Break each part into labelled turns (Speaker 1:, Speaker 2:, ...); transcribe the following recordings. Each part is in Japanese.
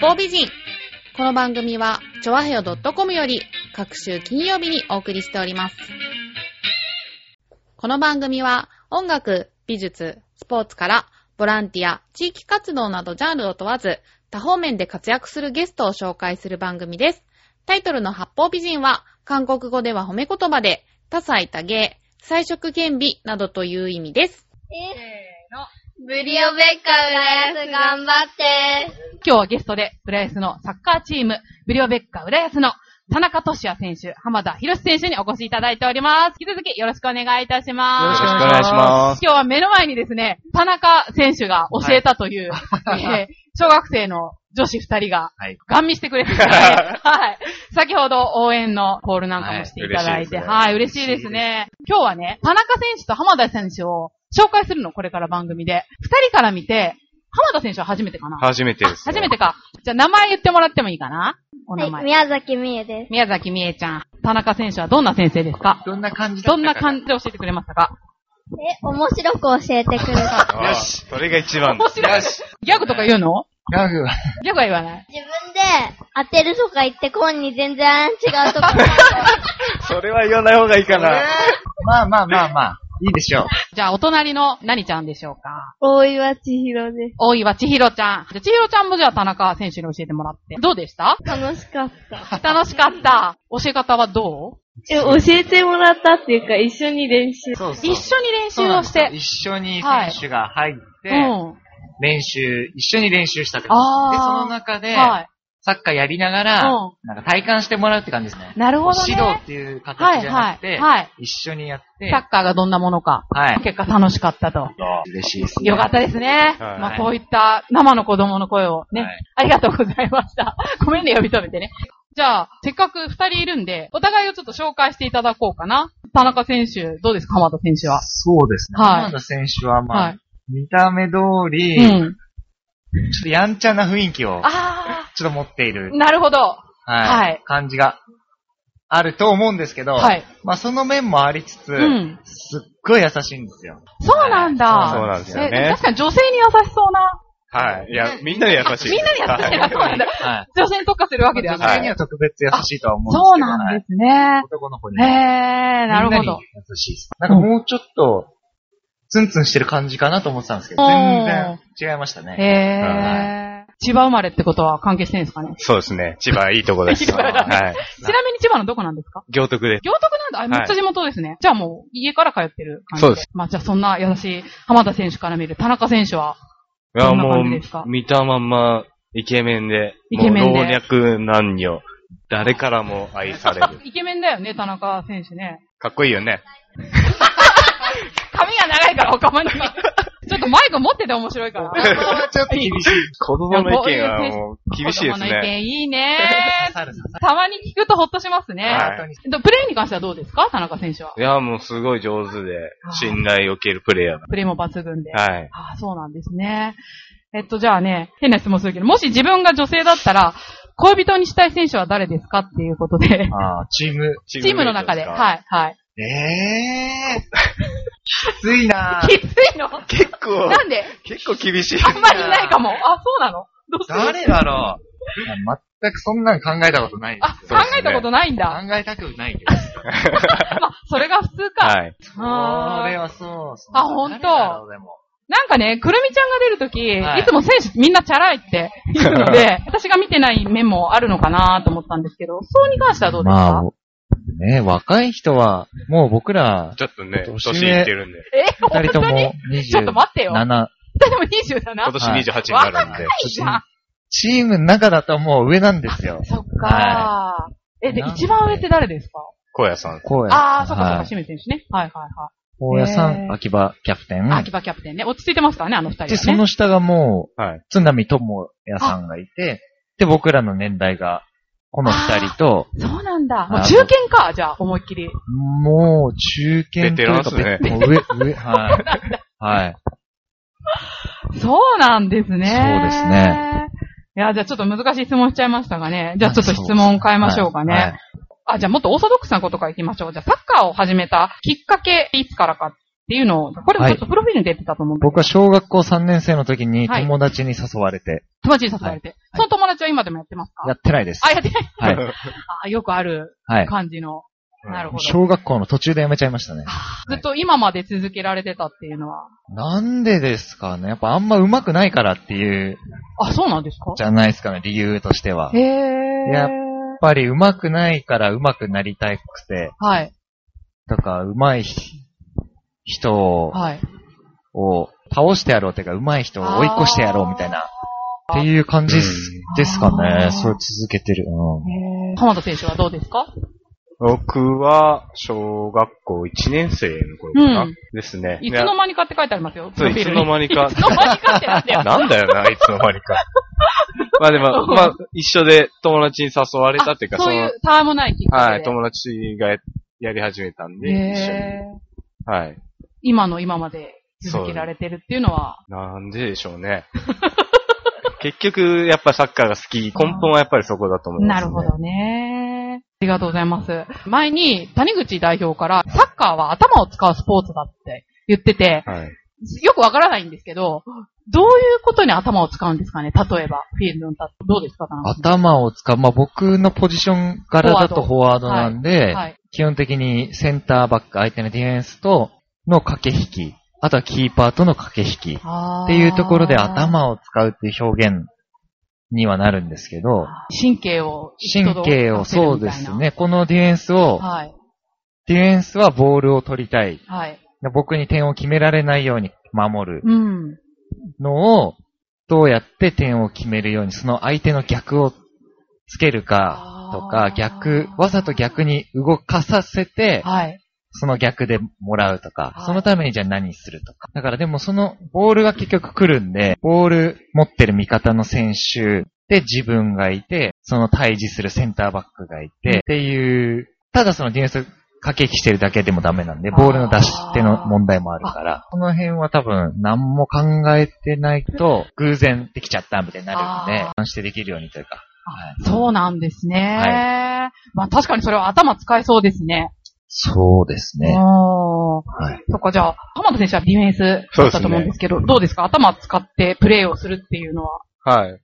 Speaker 1: 方美人。この番組は、ちょわへよ .com より、各週金曜日にお送りしております。この番組は、音楽、美術、スポーツから、ボランティア、地域活動などジャンルを問わず、多方面で活躍するゲストを紹介する番組です。タイトルの八方美人は、韓国語では褒め言葉で、多彩多芸、彩色兼備などという意味です。
Speaker 2: せーの。
Speaker 3: ブリオベッカ浦安頑張って
Speaker 2: 今日はゲストで、浦安のサッカーチーム、ブリオベッカ浦安の田中俊也選手、浜田博選手にお越しいただいております。引き続きよろしくお願いいたし
Speaker 4: よろ
Speaker 2: ま
Speaker 4: し
Speaker 2: す
Speaker 4: くお。願いします。
Speaker 2: 今日は目の前にですね、田中選手が教えたという、えー小学生の女子二人が
Speaker 4: はい、
Speaker 2: ガン見してくれてるん じゃないですかはい。先ほど応援のコールなんかもしていただいて、は、
Speaker 4: はいい
Speaker 2: 嬉し
Speaker 4: 嬉し
Speaker 2: い
Speaker 4: い
Speaker 2: で
Speaker 4: ですすね
Speaker 2: ね。今日はね、田中選手と浜田選手を紹介するの、これから番組で。二人から見て、浜田選手は初めてかな
Speaker 4: 初めてです、
Speaker 2: 初めてか。じゃあ名前言ってもらってもいいかなお名前。
Speaker 3: はい、宮崎美恵です。
Speaker 2: 宮崎美恵ちゃん。田中選手はどんな先生ですか
Speaker 5: どんな感じだ
Speaker 2: ど
Speaker 5: ったか
Speaker 2: んな感じで教えてくれましたか
Speaker 3: え、面白く教えてくれ た。
Speaker 4: あー。よし。それが一番。
Speaker 2: 面白い。ギャグとか言うの
Speaker 5: ラグは、
Speaker 2: ギャグは言わない。
Speaker 3: 自分で当てるとか言って、今に全然違うとこ
Speaker 4: それは言わない方がいいかな。
Speaker 5: まあまあまあまあ、いいでしょう。
Speaker 2: じゃあ、お隣の何ちゃんでしょうか
Speaker 3: 大岩千尋で
Speaker 2: 大岩千尋ちゃん。じゃあ、千尋ちゃんもじゃあ、田中選手に教えてもらって。どうでした
Speaker 3: す。楽しかった。
Speaker 2: 楽しかった。教え方はど
Speaker 6: え、教えてもらったっていうか、一緒に練習。
Speaker 5: そうそう
Speaker 2: 一緒に練
Speaker 5: そう
Speaker 2: 習
Speaker 5: な
Speaker 2: を
Speaker 5: んで
Speaker 2: し
Speaker 5: すよ
Speaker 2: て。
Speaker 5: 一緒に選手が入って、
Speaker 2: うん。
Speaker 5: 練習、一緒に練習したって
Speaker 2: あー
Speaker 5: で、その中で、
Speaker 2: は
Speaker 5: サッカーやりながら、
Speaker 2: うん
Speaker 5: なんか体感してもらうって感じですね
Speaker 2: い。。なるほどね。
Speaker 5: 指導っていう形じゃなくて、
Speaker 2: はいはいはい
Speaker 5: 一緒にやって、
Speaker 2: サッカーがどんなものか。
Speaker 5: はい。
Speaker 2: 結果楽しかったと。
Speaker 5: 嬉しいですね。
Speaker 2: よかったですね。
Speaker 4: はい
Speaker 2: まあ、こういった生の子供の声をね、
Speaker 5: はい
Speaker 2: ありがとうございました。 ごめんね、呼び止めてね。じゃあ、せっかく二人いるんで、お互いをちょっと紹介していただこうかな。田中選手、どうですか、浜田選手は。
Speaker 5: そうですね。
Speaker 2: はい
Speaker 5: 浜田選手は、まあ、
Speaker 2: はい
Speaker 5: 見た目通り、
Speaker 2: う
Speaker 5: ちょ
Speaker 2: ん。
Speaker 5: っとやんちゃな雰囲気を、
Speaker 2: あ
Speaker 5: ちょっと持っている
Speaker 2: ー、なるほど。
Speaker 5: は
Speaker 2: はい
Speaker 5: い。感じがあると思うんですけど、
Speaker 2: はい。
Speaker 5: まあその面もありつつ、
Speaker 2: うん。
Speaker 5: すっごい優しいんですよ。
Speaker 2: そうなんだ。
Speaker 4: そうなんですよ
Speaker 2: えでも
Speaker 4: ね
Speaker 2: 確。かに女性に優しそうな。
Speaker 4: はい。いや、みんなに優しい。
Speaker 2: みんなに優しいな
Speaker 4: は
Speaker 2: そうなんだ
Speaker 5: はい。
Speaker 2: 女性に特化するわけでは
Speaker 5: 女
Speaker 2: ない。
Speaker 5: 性には特別優しいとは思うんですけど、
Speaker 2: そうなんですね
Speaker 5: はい。男の子に
Speaker 2: へ
Speaker 5: は。
Speaker 2: えー、なるほ
Speaker 5: みんな
Speaker 2: ど
Speaker 5: に。優しいです。なんかもうちょっと、ツンツンしてる感じかなと思ってたんですけど、
Speaker 2: おー
Speaker 5: 全然違いましたね。
Speaker 2: へえー。千葉生まれってことは関係してるんですかね。
Speaker 4: そうですね。千葉いいとこです。
Speaker 2: いいとこだね
Speaker 4: はい。
Speaker 2: ちなみに千葉のどこなんですか
Speaker 4: 行徳です。
Speaker 2: 行徳なんだ。あ、めっちゃ地元ですね。じゃあもう家から通ってる感じ
Speaker 4: そうです。
Speaker 2: まあじゃあそんな優しい浜田選手から見る田中選手は、
Speaker 4: いや、
Speaker 2: どんな
Speaker 4: も
Speaker 2: 感じですか
Speaker 4: う、見たまんま、イケメンで、
Speaker 2: イケメンで
Speaker 4: もう老若男女、誰からも愛される。
Speaker 2: イケメンだよね、田中選手ね。
Speaker 4: かっこいいよね。
Speaker 2: 髪が長いからおかまに。 ちょっとマイク持ってて面白いから。
Speaker 5: ちょっと厳しい。
Speaker 4: 子供の意見はもう、厳しいです
Speaker 2: 子供の意
Speaker 4: ね。
Speaker 2: 見いい
Speaker 5: 刺
Speaker 2: ね。
Speaker 5: さる刺さ
Speaker 2: たまに聞くとほっとしますね。
Speaker 4: はい
Speaker 5: る
Speaker 2: でプレーに関してはどうですか田中選手は。
Speaker 4: いや、もうすごい上手で、信頼を受けるプレイヤー
Speaker 2: プレーも抜群で。
Speaker 4: だ。はい。
Speaker 2: ああ、そうなんですね。えっと、じゃあね、変な質問するけど、もし自分が女性だったら、恋人にしたい選手は誰ですかっていうことで、
Speaker 5: あーチーム。
Speaker 4: チ
Speaker 2: チームの中で、
Speaker 4: い。
Speaker 2: はい、はい。
Speaker 5: え えー。きついなぁ
Speaker 2: きついの
Speaker 4: 結構、
Speaker 2: なんで
Speaker 4: 結構厳しい。
Speaker 2: あんまりいないかも。あ、そうなのどうする
Speaker 5: 誰だろう全くそんなん考えたことないで
Speaker 2: あ、
Speaker 5: す
Speaker 2: 考えたことないんだ。
Speaker 5: 考えたくないです。
Speaker 2: まあ、それが普通か。
Speaker 4: はい。
Speaker 5: それ
Speaker 2: あー
Speaker 5: はそう。そん
Speaker 2: あ
Speaker 5: な
Speaker 2: ほんと
Speaker 5: 誰だろうでも
Speaker 2: なんかね、くるみちゃんが出るとき、
Speaker 5: はい
Speaker 2: い、つも選手みんなチャラいって 言うので、私が見てない面もあるのかなと思ったんですけど、そうに関してはどうですか、
Speaker 5: まあ、ね、若い人は、もう僕ら、
Speaker 4: ちょっとね、
Speaker 5: 年
Speaker 4: 年
Speaker 5: 上
Speaker 4: いってるんで。
Speaker 2: え、
Speaker 5: 二
Speaker 2: 本
Speaker 5: 人
Speaker 2: 当
Speaker 5: と
Speaker 2: に
Speaker 5: も27。
Speaker 2: ちょっと待ってよ。
Speaker 5: 7。
Speaker 2: 二人とも27
Speaker 4: 今年
Speaker 5: はい
Speaker 4: 28になるん で。
Speaker 2: いいじゃん。
Speaker 5: チームの中だともう上なんですよ。
Speaker 2: そっかー、
Speaker 5: は
Speaker 2: え、で、
Speaker 5: なんで
Speaker 2: 一番上って誰ですか
Speaker 4: 小屋さん。
Speaker 5: こうや。
Speaker 2: ああ、そっかそっ
Speaker 5: は
Speaker 2: か、
Speaker 5: い
Speaker 2: 清水選手ね。はいはい
Speaker 5: 大家さ
Speaker 2: へ
Speaker 5: ん、
Speaker 2: ー
Speaker 5: 秋葉キャプテン
Speaker 2: はい。。秋葉キャプテンね。落ち着いてますからね、あの二人はね。
Speaker 5: で、その下がも
Speaker 4: はい。
Speaker 5: う、津波智也さんがいて、で、僕らの年代が、この二人と、
Speaker 2: そうなんだ。
Speaker 5: い
Speaker 2: もう中堅か、じゃあ、思いっきり。
Speaker 5: もう、中堅というか、
Speaker 4: ベテランっす
Speaker 5: べもう上、上、は い。はい。
Speaker 2: そうなんですね。
Speaker 5: そうですね。
Speaker 2: いや、じゃあちょっと難しい質問しちゃいましたがね。じゃあちょっと質問変えましょうかね。
Speaker 5: はいはい
Speaker 2: あ、じゃあもっとオーソドックスなことからいきましょう。じゃあサッカーを始めたきっかけ、いつからかっていうのを、これもちょっとプロフィールに出てたと思うんですけど
Speaker 5: 僕は小学校3年生の時に
Speaker 2: はい
Speaker 5: 友達に誘われて、
Speaker 2: 友達に誘われて、
Speaker 5: い
Speaker 2: その友達は今でもやってますか
Speaker 5: やってないです。
Speaker 2: あ、やってない。
Speaker 5: はい。
Speaker 2: あ、よくある
Speaker 5: はい。
Speaker 2: 感じの。なるほど。
Speaker 5: 小学校の途中でやめちゃいましたね。
Speaker 2: ずっと今まで続けられてたっていうのは。
Speaker 5: なんでですかねやっぱあんま上手くないからっていう、
Speaker 2: あ、そうなんですか
Speaker 5: じゃないですかね、理由としては。
Speaker 2: へ
Speaker 5: やっ
Speaker 2: え。
Speaker 5: やぱり上手くないから上手くなりたくて、
Speaker 2: はい。
Speaker 5: とか上手いひ人を、
Speaker 2: はい。
Speaker 5: を倒してやろうというか上手い人を追い越してやろうみたいな、っていう感じです
Speaker 4: う
Speaker 5: ですか
Speaker 2: あー
Speaker 5: ね。そう続けてる。うん
Speaker 2: 浜田選手はどうですか
Speaker 4: 僕は、小学校1年生の頃かな、
Speaker 2: うん
Speaker 4: ですね。
Speaker 2: いつの間にかって書いてありますよ。
Speaker 4: そう
Speaker 2: プロフィールに
Speaker 4: いつの間にか
Speaker 2: いつの間にかってなんだよ。
Speaker 4: なんだよな、いつの間にか。 まあでも、まあ、一緒で友達に誘われたっていうか、
Speaker 2: あそういうターもないきっ
Speaker 4: その、
Speaker 2: か
Speaker 4: は
Speaker 2: け
Speaker 4: い、
Speaker 2: で。
Speaker 4: 友達がややり始めたんで、一緒に。
Speaker 2: へー
Speaker 4: はい。
Speaker 2: 今の今まで続けられてるっていうのは、
Speaker 4: なんででしょうね。 結局、やっぱサッカーが好き、根本はやっぱりそこだと思い
Speaker 2: な
Speaker 4: ます、
Speaker 2: る
Speaker 4: ね。
Speaker 2: ほどね。ありがとうございます。前に谷口代表からサッカーは頭を使うスポーツだって言ってて、
Speaker 4: はい。
Speaker 2: よくわからないんですけど、どういうことに頭を使うんですかね例えば、フィールドに立って、どうですか田中さ
Speaker 5: 頭を使う。まあ、僕のポジションからだと
Speaker 2: フ
Speaker 5: フォワードなんで、
Speaker 2: んはい。
Speaker 5: 基本的にセンターバック、相手のディフェンスとの駆け引き、あとはキーパーとの駆け引きっ
Speaker 2: って
Speaker 5: いうところで。頭を使うっていう表現にはなるんですけど、
Speaker 2: 神経を、
Speaker 5: 神経を、そうです。ね、このディフェンスを、
Speaker 2: はい。
Speaker 5: ディフェンスはボールを取りたい。
Speaker 2: はい。
Speaker 5: 僕に点を決められないように守る
Speaker 2: うん。
Speaker 5: のを、どうやって点を決めるように、その相手の逆をつけるかと
Speaker 2: あ
Speaker 5: か
Speaker 2: ー、
Speaker 5: 逆、わざと逆に動かさせて、
Speaker 2: はい。
Speaker 5: その逆でもらうとか、
Speaker 2: はい
Speaker 5: そのためにじゃあ何するとか。だからでもそのボールが結局来るんで、ボール持ってる味方の選手で自分がいて、その対峙するセンターバックがいて、っていう、ただそのディフェンス駆け引きしてるだけでもダメなんで、ボールの出し手の問題もあるから、この辺は多分何も考えてないと、偶然できちゃったみたいになるんで、安してできるようにというか。はい
Speaker 2: そうなんですね。まあ確かにそれは頭使えそうですね。
Speaker 5: そうですね。
Speaker 2: おー
Speaker 5: はい。
Speaker 2: そっか、じゃあ、浜田選手はディフェンスだったと思うんですけど、どうですか頭使ってプレーをするっていうのは、
Speaker 4: はい。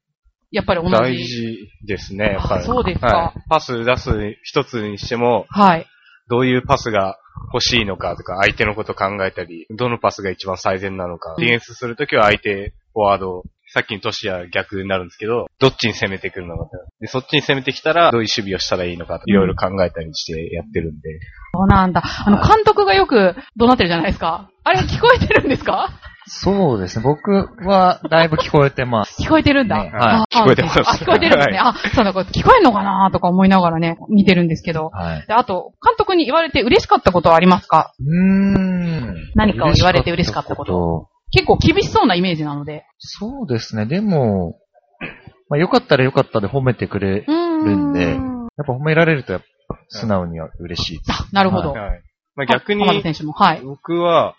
Speaker 2: やっぱり同じ。
Speaker 4: 大事ですね、やっぱり。
Speaker 2: あそうですか
Speaker 4: はい。パス出す一つにしても、
Speaker 2: はい。
Speaker 4: どういうパスが欲しいのかとか、相手のこと考えたり、どのパスが一番最善なの
Speaker 2: う
Speaker 4: か、
Speaker 2: ん
Speaker 4: ディフェンスするときは相手、フォワード、さっきのトシは逆になるんですけど、どっちに攻めてくるのかとかで、そっちに攻めてきたら、どういう守備をしたらいいのかとか、いろいろ考えたりしてやってるんで。
Speaker 2: そうなんだ。あの、監督がよく怒鳴ってるじゃないですか。あれ聞こえてるんですか
Speaker 5: そうですね。僕はだいぶ聞こえてます。
Speaker 2: 聞こえてるんだ。
Speaker 5: ね
Speaker 2: あ
Speaker 5: は
Speaker 4: 聞こえてます
Speaker 2: あ、聞こえてるんですね。あ、そうだ、これ聞こえんのかなとか思いながらね、見てるんですけど
Speaker 5: い。。はい。
Speaker 2: であと、監督に言われて嬉しかったことはありますか
Speaker 5: うーん。
Speaker 2: 何かを言われて嬉しかったこと結構厳しそうなイメージなので。
Speaker 5: そうですね。でも、まあ、よかったらよかったで褒めてくれ、やっ
Speaker 2: う
Speaker 5: るんでぱ褒められるとやっぱ素直には嬉 しいです。
Speaker 2: なるほど。
Speaker 4: はい。まあ、逆に、
Speaker 2: 浜田選手も。はい。
Speaker 4: 僕は、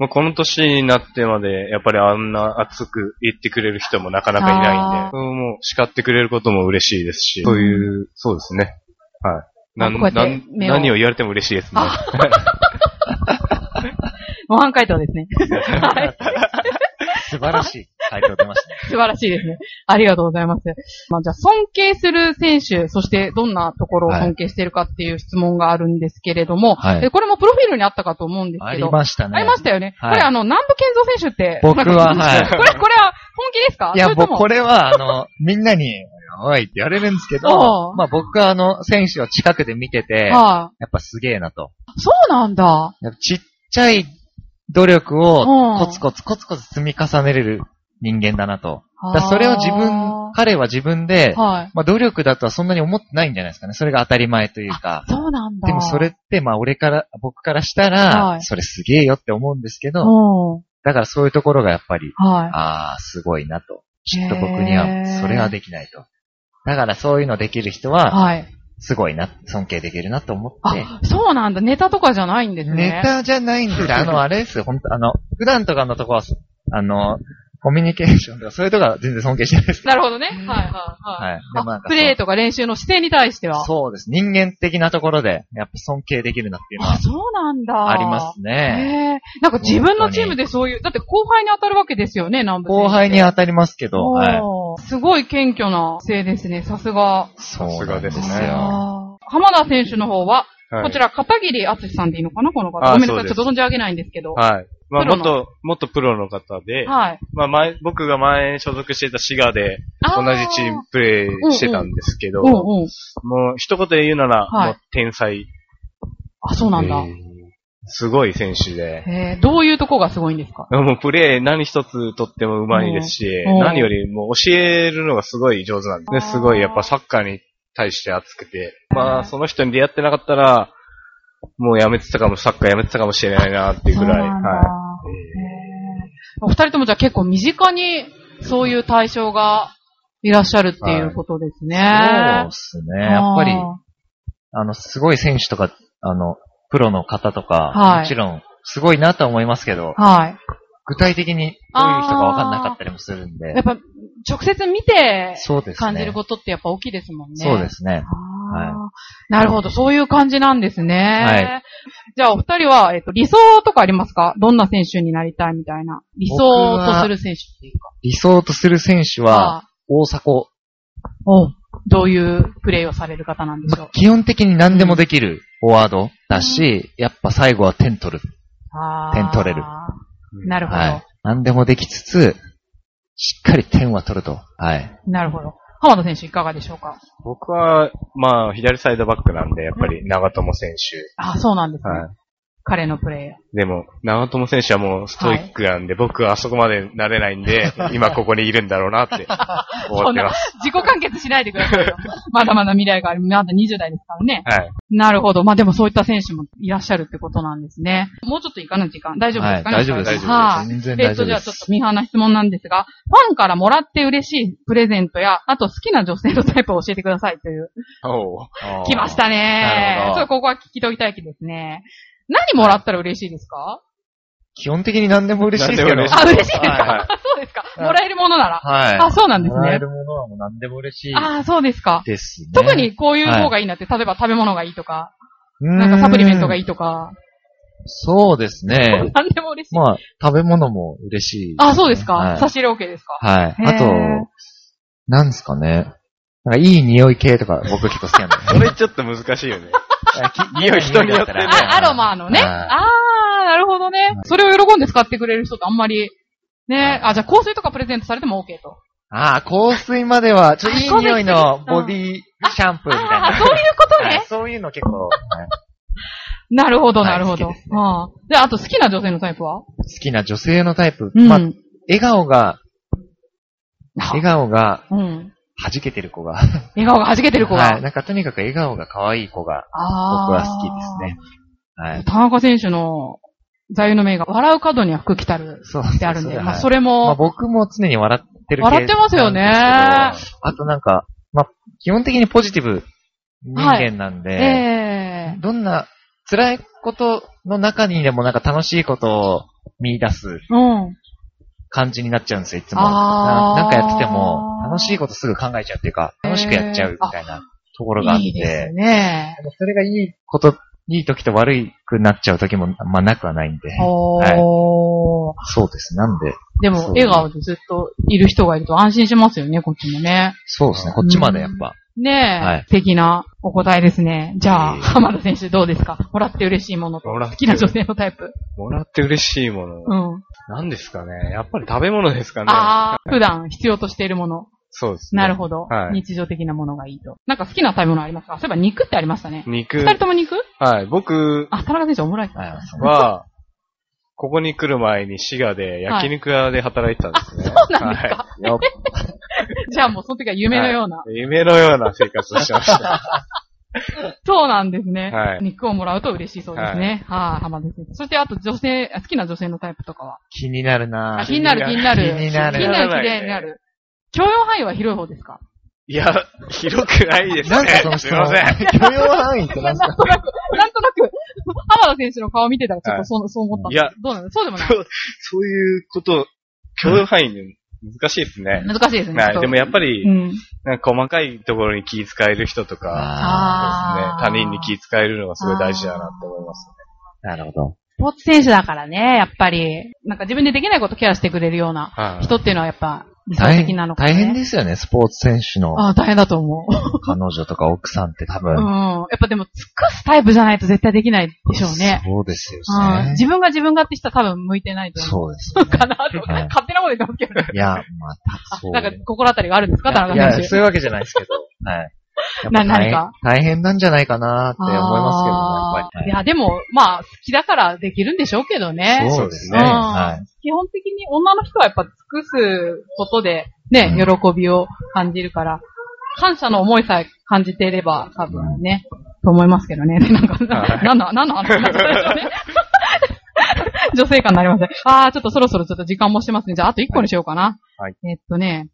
Speaker 4: まあ、この年になってまで、やっぱりあんな熱く言ってくれる人もなかなかいないん
Speaker 2: あー
Speaker 4: で、そうもう叱ってくれることも嬉しいですし、そういう、そうですね。はい。なん
Speaker 2: こうやって
Speaker 4: なん
Speaker 2: 目を
Speaker 4: 何を言われても嬉しいですね。
Speaker 2: あ模範回答ですね。はい。
Speaker 5: 素晴らしい回答出ま したね。
Speaker 2: 素晴らしいですね。ありがとうございます。まあ、じゃあ、尊敬する選手、そしてどんなところを尊敬してるかっていう質問があるんですけれども、
Speaker 5: はい
Speaker 2: えこれもプロフィールにあったかと思うんです
Speaker 5: あ
Speaker 2: け
Speaker 5: り
Speaker 2: ど、
Speaker 5: ましたね。
Speaker 2: ありましたよね。
Speaker 5: はい
Speaker 2: これあの、南部健三選手って。
Speaker 5: 僕
Speaker 2: な
Speaker 5: は
Speaker 2: んか
Speaker 5: はい
Speaker 2: これ、これは本気ですか
Speaker 5: いや、
Speaker 2: それと
Speaker 5: 僕、
Speaker 2: も
Speaker 5: これは、あの、みんなに、おいって言われるんですけ
Speaker 2: お
Speaker 5: ど
Speaker 2: う、
Speaker 5: まあ僕はあの、選手を近くで見てて、や
Speaker 2: は
Speaker 5: っぱすげえなと。
Speaker 2: い、そうなんだ。
Speaker 5: やっぱちっちゃい努力
Speaker 2: うん
Speaker 5: をコツコツコツコツ積み重ねれる人間だなと。だからそれを自分、
Speaker 2: は
Speaker 5: 彼は自分で、
Speaker 2: い。
Speaker 5: まあ努力だとはそんなに思ってないんじゃないですかね。それが当たり前というか。
Speaker 2: そうなんだ。
Speaker 5: でもそれって、まあ俺から、僕からした
Speaker 2: は
Speaker 5: ら
Speaker 2: い、
Speaker 5: それすげえよって思うんですけ
Speaker 2: う
Speaker 5: ど、
Speaker 2: ん。は
Speaker 5: だからそういうところがやっぱり、
Speaker 2: い。
Speaker 5: ああ、すごいなと。ちょっと僕には、それはできないと。だからそういうのできる人は、
Speaker 2: はい。
Speaker 5: すごいな、尊敬できるなと思って、
Speaker 2: あ、そうなんだ。ネタとかじゃないんです
Speaker 5: ネ
Speaker 2: ね。
Speaker 5: タじゃないん です。あの、あれですよ、本当あの、普段とかのとこは、あの、コミュニケーションとか、そういうとこは全然尊敬してないです。
Speaker 2: なるほどね。はいはいはい。
Speaker 5: はい。でもな
Speaker 2: あ
Speaker 5: んか
Speaker 2: プレーとか練習の姿勢に対しては。
Speaker 5: そうです。人間的なところで、やっぱ尊敬できるなっていうの
Speaker 2: あ、
Speaker 5: は
Speaker 2: そうなんだ。
Speaker 5: ありますね。
Speaker 2: ね。なんか自分のチームでそういう、だって後輩に当たるわけですよね、南部選手
Speaker 5: 後輩に当たりますけど、はい。
Speaker 2: おーすごい謙虚な姿勢ですね。さすが。
Speaker 5: そうなんです
Speaker 4: さすがですね
Speaker 5: よ。
Speaker 2: あー浜田選手の方は、
Speaker 4: はい
Speaker 2: こちら、片桐敦さんでいいのかなこの方。
Speaker 4: あー
Speaker 2: ごめんなさ
Speaker 4: そ
Speaker 2: い。ち
Speaker 4: うで
Speaker 2: ょっ
Speaker 4: す
Speaker 2: と存じ上げないんですけど。は
Speaker 4: はい。まあ、
Speaker 2: プロの
Speaker 4: 元、元プロの方で、
Speaker 2: い。
Speaker 4: まあ前、僕が前所属していた滋賀で
Speaker 2: あ
Speaker 4: 同じチームプレイしてたんですけ
Speaker 2: う
Speaker 4: ど、
Speaker 2: んうん。
Speaker 4: もう一言で言うなら、
Speaker 2: はい
Speaker 4: もう天才。
Speaker 2: あ、そうなんだ
Speaker 4: う。んすごい選手で。
Speaker 2: へーどういうとこがすごいんですか
Speaker 4: もうプレイ何一つとっても上手いですし、
Speaker 2: うん
Speaker 4: 何よりもう教えるのがすごい上手なんですね。すごいやっぱサッカーに対して熱くて。まあその人に出会ってなかったら、もうやめてたかも、サッカーやめてたかもしれないなっていうぐらい。
Speaker 2: そうなんだ
Speaker 4: は
Speaker 2: へーお二人ともじゃあ結構身近にそういう対象がいらっしゃるっていうことですね。
Speaker 5: そうですね。やっぱり、
Speaker 2: あ
Speaker 5: あの、すごい選手とか、あの、プロの方とか、
Speaker 2: はい
Speaker 5: もちろん、すごいなとは思いますけど
Speaker 2: ー、は
Speaker 5: 具体的にどういう人かわかんなかったりもするん
Speaker 2: い。
Speaker 5: で
Speaker 2: やっ、ぱ直接見て
Speaker 5: そうですね。
Speaker 2: 感じることってやっぱ大きいですもんね。
Speaker 5: そうですね。
Speaker 2: あー
Speaker 5: は
Speaker 2: なるほど、そういう感じなんですね。
Speaker 5: はい
Speaker 2: じゃあお二人は、えっと、理想とかありますかどんな選手になりたいみたいな。理想とする選手っていうか。
Speaker 5: 理想とする選手は、大迫。
Speaker 2: おどういうプレーをされる方なんでしょう。
Speaker 5: 基本的に何でもできるフォワードだし、やっぱ最後は点取る。
Speaker 2: あー
Speaker 5: 点取れる
Speaker 2: なるほど。
Speaker 5: はい。何でもできつつ、しっかり点は取ると。はい。
Speaker 2: なるほど。浜田選手いかがでしょうか
Speaker 4: い僕は、まあ左サイドバックなんで、やっぱり長友選手。
Speaker 2: あ、そうなんですね。
Speaker 4: は
Speaker 2: 彼のプレ
Speaker 4: い。でも、長友選手はもうストイックなんで、僕はあそこまでなれない んで、今ここにいるんだろうなって思ってます。
Speaker 2: ー。自己完結しないでくださいよ。 まだまだ未来がある。まだ20代ですからね。
Speaker 4: はい。
Speaker 2: なるほど。まあでもそういった選手もいらっしゃるってことなんですね。もうちょっといかない時間。大丈夫ですかね、
Speaker 5: はい大丈夫
Speaker 4: です
Speaker 2: はい。
Speaker 5: 全然
Speaker 2: えっと、
Speaker 5: 大丈夫
Speaker 2: じゃ
Speaker 5: で
Speaker 2: あちょっ
Speaker 5: す。
Speaker 2: とミーハーな質問なんですが、ファンからもらって嬉しいプレゼントや、あと好きな女性のタイプを教えてくださいという。
Speaker 4: おう
Speaker 5: あー
Speaker 2: 来ました
Speaker 5: なる
Speaker 2: ね。
Speaker 5: ほ
Speaker 2: ち
Speaker 5: ど
Speaker 2: ょっとここは聞きときたい気ですね。何もらったら嬉しいですか、
Speaker 5: 基本的に何でも嬉しいですけど。
Speaker 4: 何で
Speaker 2: あ、嬉しいですか、
Speaker 5: はい
Speaker 2: あそうですか。
Speaker 5: うん
Speaker 2: もらえるものなら。
Speaker 5: はい。
Speaker 2: あ、そうなんです
Speaker 5: もらえ
Speaker 2: ね。
Speaker 5: るものはもう何でも嬉しい
Speaker 2: あ、そうですか。
Speaker 5: ですね。
Speaker 2: 特にこういう方がいいなって、例えば食べ物がいいとか、
Speaker 5: うーん、
Speaker 2: なんかサプリメントがい
Speaker 5: い。
Speaker 2: いとか、
Speaker 5: そうですね。
Speaker 2: 何でも嬉しい。
Speaker 5: まあ、食べ物も嬉しい、
Speaker 2: あ、そうですか。
Speaker 5: はい
Speaker 2: 差し入れ OK ですか。
Speaker 5: はい。
Speaker 2: へー
Speaker 5: あと、なんですかね。なんかいい匂い系とか僕結構好きなんだ
Speaker 4: そ
Speaker 5: よね。
Speaker 4: れちょっと難しいよね。
Speaker 5: 匂
Speaker 4: い人によって ね
Speaker 2: あ、アロマのね。
Speaker 5: は
Speaker 2: あー、なるほどね。それを喜んで使ってくれる人ってあんまり、ね。あ、じゃあ香水とかプレゼントされても OK と。
Speaker 5: あー、香水までは、ちょっといい匂いの
Speaker 2: あ香水
Speaker 5: ボディシャンプーみた
Speaker 2: あ
Speaker 5: い
Speaker 2: ー、
Speaker 5: な。
Speaker 2: そういうこと
Speaker 5: はい
Speaker 2: ね。
Speaker 5: そういうの結構、はい
Speaker 2: なるほど、
Speaker 5: はい
Speaker 2: なるほど。
Speaker 5: 好きですね
Speaker 2: あーで、あと好きな女性のタイプは
Speaker 5: 好きな女性のタイプ。
Speaker 2: うん。
Speaker 5: まあ、笑顔が、
Speaker 2: あ
Speaker 5: 笑顔が
Speaker 2: うん。
Speaker 5: 弾けてる子が。
Speaker 2: 笑顔が弾けてる子が。
Speaker 5: はい。なんかとにかく笑顔が可愛い子が
Speaker 2: あー
Speaker 5: 僕は好きですね。はい。
Speaker 2: 田中選手の座右の銘が、笑う角には服着たる
Speaker 5: そう
Speaker 2: ってあるんで、
Speaker 5: そう
Speaker 2: まあ
Speaker 5: はい
Speaker 2: それ
Speaker 5: まあ
Speaker 2: も、
Speaker 5: 僕も常に笑ってる系
Speaker 2: 笑ってますよね
Speaker 5: なんですけどあとなんか、まあ、基本的にポジティブ人間なんで、
Speaker 2: ええ
Speaker 5: どんな辛いことの中にでもなんか楽しいことを見出す
Speaker 2: うん。
Speaker 5: 感じになっちゃうんですよ、いつも。
Speaker 2: あ
Speaker 5: な
Speaker 2: ー
Speaker 5: なんかやってても、楽しいことすぐ考えちゃうっていうか、楽しくやっちゃうみたいなところがあって、
Speaker 2: いいですね。
Speaker 5: でもそれがいいこと、いい時と悪くなっちゃう時も、まあなくはないんで、
Speaker 2: おー。
Speaker 5: そうです。なんで、
Speaker 2: でも、
Speaker 5: そう
Speaker 2: 笑顔でずっといる人がいると安心しますよね、こっちもね。
Speaker 5: そうですね、こっちまでやっぱ、
Speaker 2: ねえ、
Speaker 5: はい
Speaker 2: 素敵なお答えですね。じゃあ、
Speaker 5: ええ
Speaker 2: 浜田選手どうですかもらって嬉しいものと、
Speaker 4: もらって
Speaker 2: 好きな女性のタイプ。
Speaker 4: もらって嬉しいもの。
Speaker 2: うん。
Speaker 4: 何ですかねやっぱり食べ物ですかね
Speaker 2: ああ、普段必要としているもの。
Speaker 4: そうですね。
Speaker 2: なるほど、
Speaker 4: はい
Speaker 2: 日常的なものがいいと。なんか好きな食べ物ありますかそういえば肉ってありましたね。
Speaker 4: 肉
Speaker 2: 二、人とも肉
Speaker 4: はい、僕
Speaker 2: あ、田中選手オムライス。
Speaker 5: はい、そう
Speaker 4: は、ここに来る前に滋賀で焼肉屋で働いてたんですね。
Speaker 2: そうなんですか、
Speaker 4: は
Speaker 5: やっ
Speaker 2: じゃあもうその時は夢のような。
Speaker 4: い夢のような生活をしてました。
Speaker 2: そうなんですね、
Speaker 4: はい
Speaker 2: 肉をもらうと嬉しいそうですね。はい、浜田選手。そしてあと女性、あ好きな女性のタイプとかは
Speaker 5: 気になる
Speaker 2: あ
Speaker 5: な
Speaker 2: 気になる気
Speaker 4: 気
Speaker 2: に
Speaker 4: に
Speaker 2: な
Speaker 5: な
Speaker 2: る
Speaker 5: る。
Speaker 2: 気
Speaker 5: 気
Speaker 2: に
Speaker 5: に
Speaker 2: な
Speaker 5: な
Speaker 2: る、
Speaker 4: る
Speaker 2: 綺麗になる。許容範囲は広い方です か
Speaker 4: いや、広くないですね。
Speaker 5: なんかその質
Speaker 4: すい
Speaker 5: 問
Speaker 4: ません。
Speaker 5: 許容範囲って
Speaker 2: な
Speaker 5: なんん
Speaker 2: と
Speaker 5: か
Speaker 2: なく、なんとなく、浜田選手の顔見てたらちょっとそう、そう思ったんです
Speaker 4: いや
Speaker 2: どうなのそうでもない。
Speaker 4: そうそういうこと、許容範囲で難しいですね。
Speaker 2: 難しいですね。ちょっ
Speaker 4: はい、
Speaker 2: と
Speaker 4: でもやっぱり
Speaker 2: う、ん。
Speaker 4: なんか細かいところに気遣える人とか、そうですね
Speaker 2: あ。ー
Speaker 4: 他人に気遣えるのがすごい大事だなって思いますね。
Speaker 5: なるほど。
Speaker 2: スポーツ選手だからね、やっぱり、なんか自分でできないことケアしてくれるような
Speaker 4: はい
Speaker 2: 人っていうのはやっぱ理想
Speaker 5: 大変
Speaker 2: 的なのかね。
Speaker 5: 大変ですよね、スポーツ選手の
Speaker 2: ああ、大変だと思う。
Speaker 5: 彼女とか奥さんって多
Speaker 2: う
Speaker 5: 分。
Speaker 2: ん。やっぱでも、尽くすタイプじゃないと絶対できないでしょうね。
Speaker 5: そうですよ
Speaker 2: ああ
Speaker 5: ね。
Speaker 2: 自分が自分がって人は多分向いてないと思う。
Speaker 5: そうです、ね。
Speaker 2: かなと。
Speaker 5: はい
Speaker 2: 勝手なこと言ってますけど。
Speaker 5: いや、また、そう。
Speaker 2: なんか、心当たりがあるんですか田
Speaker 5: い
Speaker 2: 中
Speaker 5: や、
Speaker 2: 選手。
Speaker 5: そういうわけじゃないですけど。はい。やっ
Speaker 2: な
Speaker 5: ぱ
Speaker 2: 何
Speaker 5: 大変
Speaker 2: か
Speaker 5: 大変なんじゃないかなって思い
Speaker 2: あ
Speaker 5: ます
Speaker 2: ー
Speaker 5: けど
Speaker 2: い
Speaker 5: ね、やっぱり。
Speaker 2: や、でも、まあ、好きだからできるんでしょうけどね。
Speaker 5: そうですね。
Speaker 2: うん
Speaker 5: はい。
Speaker 2: 基本的に女の人はやっぱ尽くすことで、ね、
Speaker 5: うん
Speaker 2: 喜びを感じるから、感謝の思いさえ感じていれば、多分ね、と思いますけどね。なんか、
Speaker 4: はい
Speaker 2: なんだ、なんだ、なんだ、なんだね女性感になりません。あー、ちょっとそろそろちょっと時間もしてますね。じゃあ、あと1個にしようかな。
Speaker 4: はい
Speaker 2: えっとね、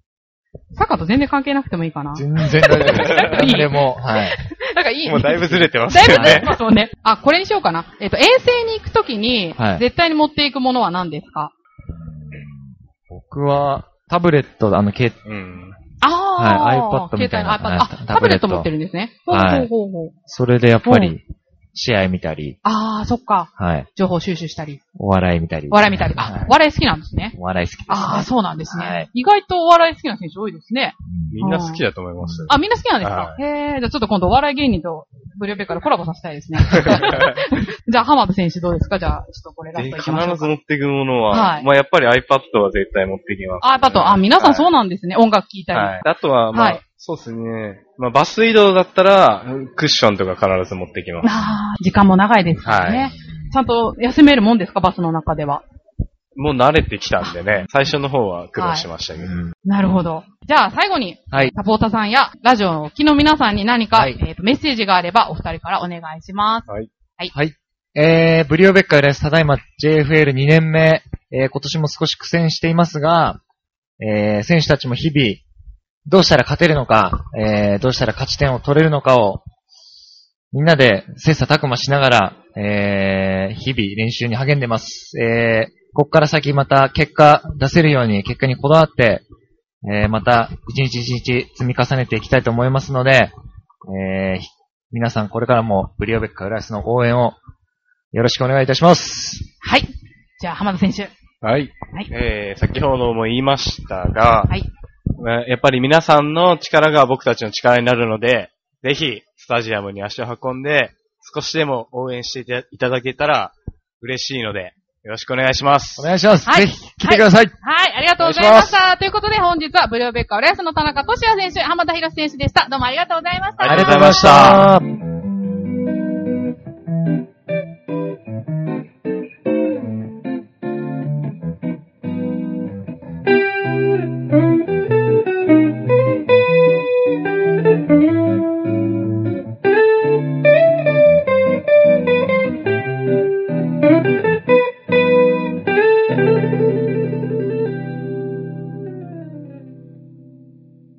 Speaker 2: サッカーと全然関係なくてもいいかな。
Speaker 5: 全然大丈夫です。
Speaker 2: いい
Speaker 5: 何でも、はい。
Speaker 2: なんかいい。
Speaker 4: もうだいぶずれてます
Speaker 2: だいぶ
Speaker 4: よ
Speaker 2: ずれ
Speaker 4: ね
Speaker 2: て。ますもんね。あ、これにしようかな。えっ、と、遠征に行くときに
Speaker 5: は、い
Speaker 2: 絶対に持っていくものは何ですか、
Speaker 5: 僕は、タブレット、あの、携
Speaker 4: うん。
Speaker 2: ああ、
Speaker 5: はい iPad みたいな
Speaker 2: 携帯の iPad。
Speaker 5: は
Speaker 2: あ、
Speaker 5: い
Speaker 2: タブレット持ってるんですね。ほう
Speaker 5: はい
Speaker 2: ほうほうほう。
Speaker 5: それでやっぱ
Speaker 2: う
Speaker 5: り、試合見たり、
Speaker 2: ああ、そっか。
Speaker 5: はい。
Speaker 2: 情報収集したり、
Speaker 5: お笑い見たり。
Speaker 2: 笑い見たり。
Speaker 5: は
Speaker 2: あ
Speaker 5: い、
Speaker 2: お笑い好きなんですね。
Speaker 5: お笑い好きです、ね。
Speaker 2: ああ、そうなんですね、
Speaker 5: はい
Speaker 2: 意外とお笑い好きな選手多いですね。
Speaker 5: うん
Speaker 4: みんな好きだと思いますよ。
Speaker 2: あ、みんな好きなんですか、
Speaker 4: は
Speaker 2: へえ、じゃあちょっと今度お笑い芸人とブリオペからコラボさせたいですね。 じゃあ、浜田選手どうですかじゃあ、ちょっとこれラ
Speaker 4: え
Speaker 2: ストいき
Speaker 4: 必
Speaker 2: ましょう
Speaker 4: ず
Speaker 2: か。
Speaker 4: 持っていくものは、
Speaker 2: はい
Speaker 4: まあやっぱり iPad は絶対持ってきます、
Speaker 2: あ、iPad。あ、皆さんそううなんですね。音楽聴いたり。
Speaker 4: はい。あとは、まあ、
Speaker 2: はい
Speaker 4: そうですね。まあバス移動だったら、クッションとか必ず持ってきます。
Speaker 2: ああ、時間も長いですからね、
Speaker 4: は
Speaker 2: ちゃんと休めるもんですかバスの中では。
Speaker 4: もう慣れてきたんでね、最初の方は苦労しましたけど。
Speaker 5: うん
Speaker 2: なるほど。じゃあ最後に、
Speaker 5: はい。
Speaker 2: サポーターさんやラジオの機の皆さんに何か、
Speaker 5: はい
Speaker 2: えーとメッセージがあればお二人からお願いします。
Speaker 5: えー、ブリオベッカーです。ただいま JFL2 年目。えー、今年も少し苦戦していますが、えー、選手たちも日々、どうしたら勝てるのか、えー、どうしたら勝ち点を取れるのかを、みんなで切磋琢磨しながら、えー、日々練習に励んでます。えー、こっから先また結果出せるように、結果にこだわって、えー、また一日一日積み重ねていきたいと思いますので、えー、ひ皆さんこれからもブリオベッカ浦安の応援をよろしくお願いいたします。
Speaker 2: はい。じゃあ浜田選手。
Speaker 4: はい。
Speaker 2: はい
Speaker 4: えー、先ほども言いましたが、
Speaker 2: はい。
Speaker 4: えーやっぱり皆さんの力が僕たちの力になるので、ぜひ、スタジアムに足を運んで、少しでも応援していたいただけたら嬉しいので、よろしくお願いします。
Speaker 5: お願いします。
Speaker 2: はい
Speaker 5: ぜひ来てください。
Speaker 2: はい、ありがとうございました。ということで本日はブルーベッカー浦安の田中俊也選手、浜田博選手でした。どうもありがとうございました。
Speaker 4: ありがとうございました
Speaker 5: ありがとうございました。